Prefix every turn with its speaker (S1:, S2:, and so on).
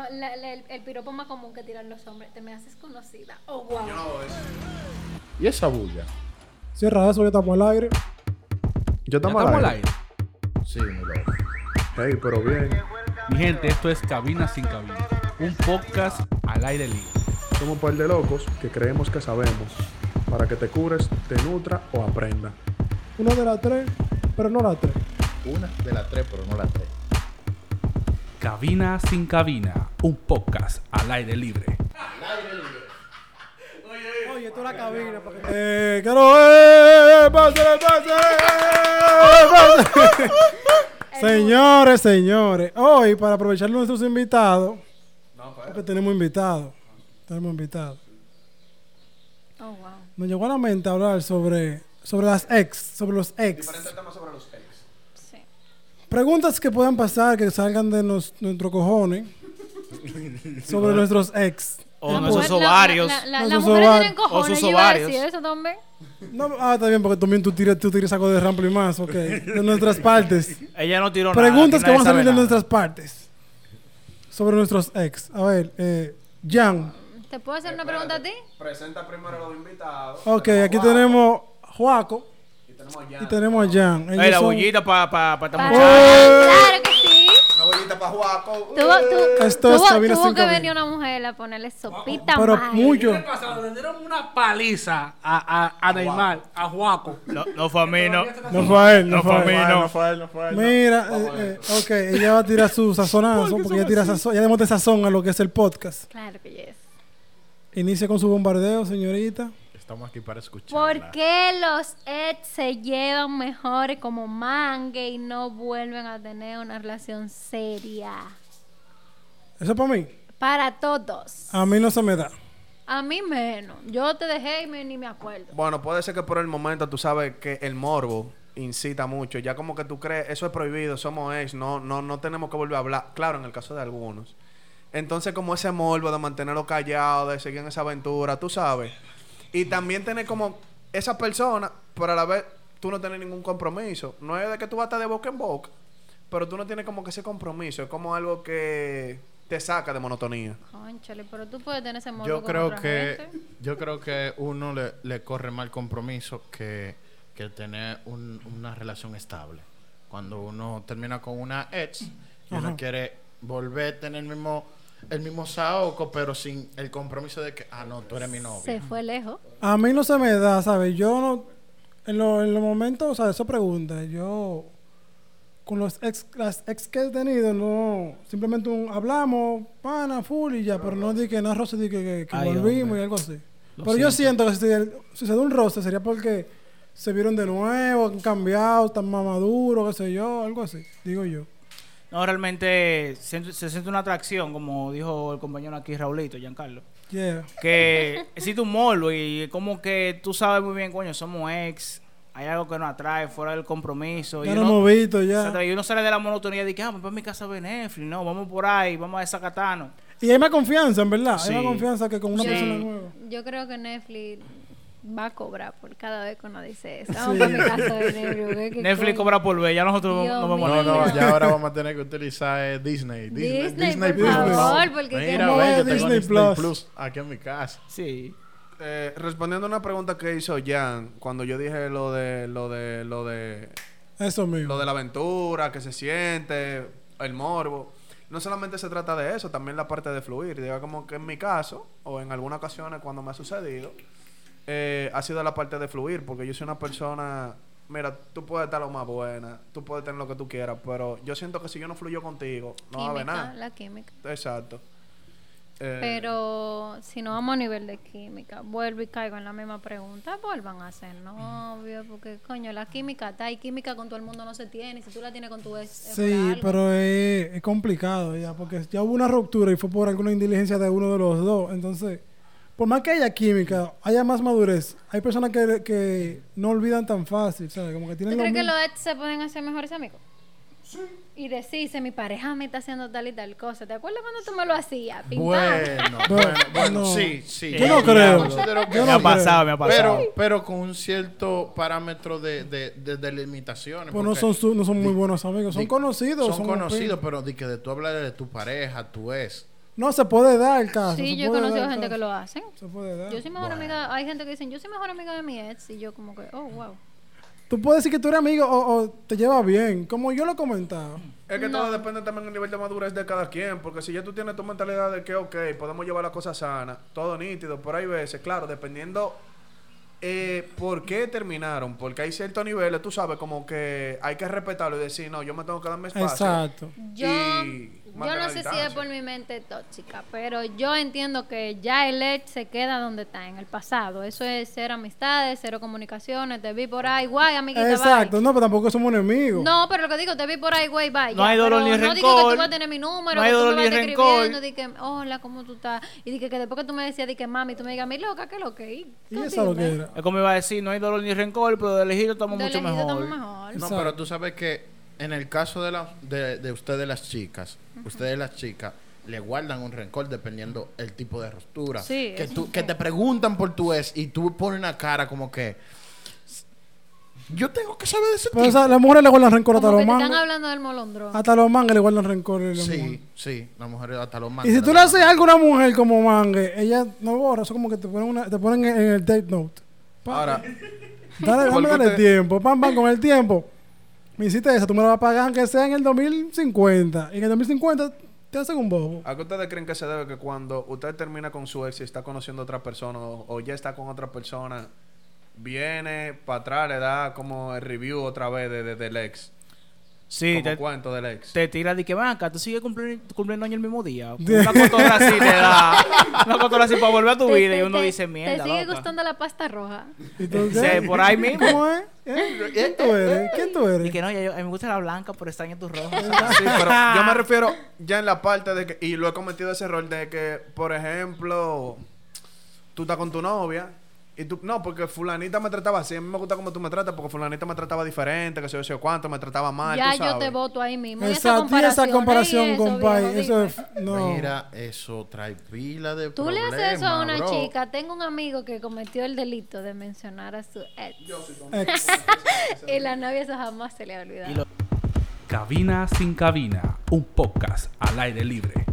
S1: La- la- el, el piropo más común que tiran los hombres. Te me haces conocida. Oh, wow.
S2: Yo no hago eso.
S3: ¿Y esa bulla?
S4: Cierra eso, ya estamos al aire.
S3: Yo
S5: Ya
S3: estamos al aire. Sí, mi loco. Hey, pero bien.
S5: Mi gente, esto es Cabina sin Cabina. Un podcast al aire libre.
S3: Somos un par de locos que creemos que sabemos. Para que te cures, te nutra o aprenda.
S4: Una de las tres, pero no las tres.
S6: Una de las tres, pero no las tres.
S5: Cabina sin Cabina. Un podcast al aire libre.
S4: Oye, tú la cabina. Para que... Eh, quiero ver. Pásale, pásale, pásale. señores, señores. Hoy, para aprovechar nuestros invitados, porque tenemos invitados. Tenemos invitados.
S1: Oh, wow.
S4: Nos llegó a la mente hablar sobre, sobre las ex, sobre los ex.
S1: Sí.
S4: Preguntas que puedan pasar, que salgan de nos- nuestros cojones. sobre nuestros ex.
S7: O
S1: Las
S7: nuestros
S1: mujeres- la-
S7: ovarios.
S1: la- la-
S4: O
S1: Las
S4: sus
S1: mujeres
S4: ovar-
S1: tienen cojones.
S7: o sus
S1: yo iba a decir
S7: ovarios.
S1: eso también.
S4: No, ah, está bien, porque también tú tiras, tú tiras algo de rampla y más, ok. De nuestras partes.
S7: Ella no tiró nada.
S4: Preguntas
S7: aquí
S4: que van a salir de
S7: nadie sabe nada.
S4: nuestras partes. Sobre nuestros ex. A ver, eh, Jan.
S1: ¿Te puedo hacer una pregunta a ti?
S2: Presenta primero a los invitados.
S4: Ok, aquí tenemos Juaco
S2: Y tenemos a
S4: y
S2: Jan.
S4: tenemos a Jan.
S7: Ey,
S4: Ellos
S7: la
S4: son-
S7: bullita para pa, pa esta
S4: Pues,
S1: Para-
S4: Oh.
S7: muchacha.
S1: Claro que sí.
S2: Una bollita para Juaco.
S1: Tuvo, tu-
S4: Esto es
S1: tuvo-
S4: Cabina
S1: tuvo
S4: sin
S1: que
S4: Cabina.
S1: venir una mujer a ponerle sopita
S4: Pero
S1: mal.
S4: mucho.
S5: pasado? Le dieron una paliza a, a, a Neymar, a Juaco.
S7: No, no fue a mí, no.
S4: No fue a él, no,
S7: No
S4: fue a él.
S7: no.
S6: fue él, no fue él.
S4: Mira, eh, eh, ok, ella va a tirar su sazonazo, porque ella tira sazón, ya le monta sazón a lo que es el podcast.
S1: Claro que yes.
S4: Inicia con su bombardeo, señorita.
S6: Estamos aquí para escuchar.
S1: ¿Por qué los ex se llevan mejor como mangue y no vuelven a tener una relación seria?
S4: Eso es para mí.
S1: Para todos.
S4: A mí no se me da.
S1: A mí menos. Yo te dejé y me- ni me acuerdo.
S2: Bueno, puede ser que por el momento tú sabes que el morbo incita mucho. Ya como que tú crees, eso es prohibido, somos ex, no, no, no tenemos que volver a hablar. Claro, en el caso de algunos. Entonces, como ese morbo de mantenerlo callado, de seguir en esa aventura, tú sabes. Y también tener como esa persona, pero a la vez tú no tienes ningún compromiso. No es de que tú vas a estar de boca en boca, pero tú no tienes como que ese compromiso. Es como algo que te saca de monotonía.
S1: Conchale, pero tú puedes tener ese morbo
S6: Yo
S1: con
S6: creo
S1: otra
S6: que
S1: gente.
S6: yo creo que uno le, le corre mal compromiso que, que tener un- una relación estable. Cuando uno termina con una ex y uno quiere volver a tener el mismo el mismo saoco, pero sin el compromiso de que ah no, tú eres mi
S1: Se
S6: novio.
S1: fue lejos.
S4: A mí no se me da, ¿sabes? Yo no. En los en los momentos, o sea, eso pregunta. Yo. Con los ex, las ex que he tenido, no. Simplemente un- hablamos, pana, full y ya, pero no di que no roce, di que, que- que
S7: Ay,
S4: volvimos
S7: hombre.
S4: y algo así.
S7: Lo
S4: pero yo siento que si, el- si se da un roce sería porque se vieron de nuevo, han cambiado, están más maduros, qué sé yo, algo así, digo yo.
S7: No, realmente siento- se siente una atracción, como dijo el compañero aquí, Raulito, Giancarlo.
S4: Yeah.
S7: Que existe un morbo y como que tú sabes muy bien, coño, somos ex. Hay algo que nos atrae fuera del compromiso.
S4: Ya
S7: y
S4: no
S7: uno-
S4: hemos visto,
S7: se
S4: ya.
S7: atrae, y uno sale de la monotonía de que, ah, vamos a mi casa a ver Netflix. No, vamos por ahí, vamos a desacatarnos.
S4: Y hay más confianza, en verdad.
S7: Sí.
S4: Hay más confianza que con una
S7: Sí.
S4: persona nueva.
S1: Yo creo que Netflix va a cobrar por cada vez que uno dice eso.
S4: Sí.
S1: Vamos para mi casa de negro. ¿qué- qué
S7: Netflix
S1: coño?
S7: cobra por ver, ya nosotros
S1: Dios
S7: no vemos
S1: mío.
S6: No, no,
S1: Mira.
S6: ya ahora vamos a tener que utilizar eh, Disney.
S1: Disney,
S6: Disney,
S1: por favor, porque
S6: Mira,
S4: queremos
S6: ve,
S4: ver
S6: yo tengo
S4: Disney
S6: Disney,
S4: Plus.
S6: Plus. aquí en mi casa.
S7: Sí.
S2: Eh, respondiendo a una pregunta que hizo Jan cuando yo dije lo de lo de lo de
S4: Eso mismo.
S2: lo de la aventura que se siente el morbo no solamente se trata de eso también la parte de fluir digo como que en mi caso o en algunas ocasiones cuando me ha sucedido eh, ha sido la parte de fluir porque yo soy una persona mira tú puedes estar lo más buena tú puedes tener lo que tú quieras pero yo siento que si yo no fluyo contigo no va a
S1: Química,
S2: haber nada
S1: la química.
S2: exacto Eh,
S1: Pero si no vamos a nivel de química, vuelvo y caigo en la misma pregunta, vuelvan a ser novios, porque coño, la química está y química con todo el mundo no se tiene, y si tú la tienes con tu ex. es por
S4: Sí,
S1: algo.
S4: pero es, es complicado ya, porque ya hubo una ruptura y fue por alguna indiligencia de uno de los dos. Entonces, por más que haya química, haya más madurez, hay personas que, que no olvidan tan fácil, ¿sabes? Como que
S1: ¿Tú
S4: tienen lo
S1: crees que
S4: mismo.
S1: los ex se pueden hacer mejores amigos? Sí. Y decirse, mi pareja me está haciendo tal y tal cosa. ¿Te acuerdas cuando tú me lo hacías? Pintar.
S6: Bueno,
S4: No,
S6: bueno, bueno,
S4: no.
S6: sí, sí.
S4: Yo no creo.
S6: considero que
S4: Yo
S7: me
S4: no
S7: ha pasado, me ha pasado.
S6: Pero, pero con un cierto parámetro de, de, de, de limitaciones.
S4: Pues no
S6: porque
S4: son, su- no son muy
S6: di-
S4: buenos amigos, son
S6: di-
S4: conocidos.
S6: Son, conocidos,
S4: amigos.
S6: pero de que de tú hablar de tu pareja, tu ex,
S4: No, se puede dar el caso.
S1: Sí,
S4: se
S1: yo he
S4: Ah, puede
S1: conocido
S4: dar el
S1: gente que
S4: caso.
S1: lo hacen.
S4: Se puede dar.
S1: Yo soy mejor amiga, hay gente que dicen, yo soy mejor amiga de mi ex, y yo como que, oh, wow.
S4: Tú puedes decir que tú eres amigo o, o te llevas bien, como yo lo he comentado.
S2: Es que todo depende también del nivel de madurez de cada quien, porque si ya tú tienes tu mentalidad de que, ok, podemos llevar la cosa sana, todo nítido, pero hay veces, claro, dependiendo eh, por qué terminaron, porque hay ciertos niveles, tú sabes, como que hay que respetarlo y decir, no, yo me tengo que dar mi espacio.
S4: Exacto.
S1: Yo,
S2: Y
S1: yo
S2: mantener
S1: no
S2: la
S1: sé si
S2: distancia.
S1: es por mi mente tóxica, pero yo entiendo que ya el ex se queda donde está, en el pasado. Eso es cero amistades, cero comunicaciones, te vi por ahí, guay, amiguita,
S4: Exacto,
S1: bye.
S4: no, pero tampoco somos enemigos.
S1: No, pero lo que digo, te vi por ahí, güey, bye.
S7: No
S1: ya,
S7: hay dolor
S1: pero
S7: ni
S1: No digo que
S7: rencor.
S1: tú vas a tener mi número,
S7: No
S1: que
S7: hay
S1: tú
S7: dolor
S1: me vas
S7: ni
S1: escribiendo,
S7: rencor.
S1: di que, hola, ¿cómo tú estás? Y di que, que después que tú me decías, di que mami, tú me digas, mi loca, que lo que y
S4: y esa lo que era.
S7: Es como iba a decir, no hay dolor ni rencor, pero de elegido estamos
S1: Del
S7: mucho
S1: elegido
S7: mejor.
S1: estamos mejor.
S6: No,
S4: Exacto.
S6: pero tú sabes que en el caso de, la, de, de ustedes las chicas, ustedes las chicas le guardan un rencor dependiendo el tipo de ruptura.
S1: Sí,
S6: que,
S1: eso
S6: tú, que te preguntan por tu ex y tú pones una cara como que... Yo tengo que saber de ese
S4: Pero o
S6: tipo".
S4: sea, las mujeres le guardan rencor hasta
S1: Como que
S4: los
S1: te están
S4: mangos.
S1: hablando del molondrón.
S4: Hasta los mangas le guardan rencor. las mujeres.
S6: Sí, sí, la mujer hasta lo más.
S4: Y si tú le haces algo a una mujer como mangue, ella no borra, eso como que te ponen, una- te ponen en en el date note. Pa,
S2: Ahora,
S4: dale,
S2: ¿Por
S4: dame
S2: qué
S4: dale
S2: usted-
S4: tiempo, pam, pam, con el tiempo. Me hiciste eso, tú me lo vas a pagar aunque sea en el 2050. Y en el 2050 te hacen un bobo.
S2: ¿a qué ustedes creen que se debe que cuando usted termina con su ex y está conociendo a otra persona o, o ya está con otra persona, viene para atrás, le da como el review otra vez de, de- del ex?
S7: Sí,
S2: como
S7: te,
S2: cuento del ex.
S7: te tira de que ven acá, tú sigues cumpliendo, cumpliendo año el mismo día. Una cotorra así te da. Una cotorra así para volver a tu
S1: Te-
S7: vida y
S1: te-
S7: uno
S1: te-
S7: dice, mierda.
S1: Te sigue
S7: loca".
S1: gustando la pasta roja.
S4: Entonces,
S7: Sí, por ahí mismo.
S4: ¿Cómo es? ¿Eh? ¿Quién tú eres? ¿Quién tú
S7: Y
S4: eres?
S7: que no, ya yo- a mí me gusta la blanca, pero extraño tu rojo.
S2: Sí, pero yo me refiero ya en la parte de que, y lo he cometido ese error de que, por ejemplo, tú estás con tu novia y tú, no, porque fulanita me trataba así, a mí me gusta como tú me tratas, porque fulanita me trataba diferente, que sé yo, sé yo cuánto, me trataba
S7: Ah,
S2: mal,
S1: ya
S2: tú sabes.
S1: yo te voto ahí mismo. Y ¿eh?
S4: Exacto, y esa comparación,
S1: eso,
S4: compadre,
S1: viejo,
S4: eso
S1: dime.
S4: es. No.
S6: Mira, eso trae pila de
S1: Tú le
S6: problemas,
S1: haces eso a una
S6: bro.
S1: chica. Tengo un amigo que cometió el delito de mencionar a su ex.
S4: Ex.
S1: y la novia eso jamás se le ha olvidado.
S5: Cabina sin cabina, un podcast al aire libre.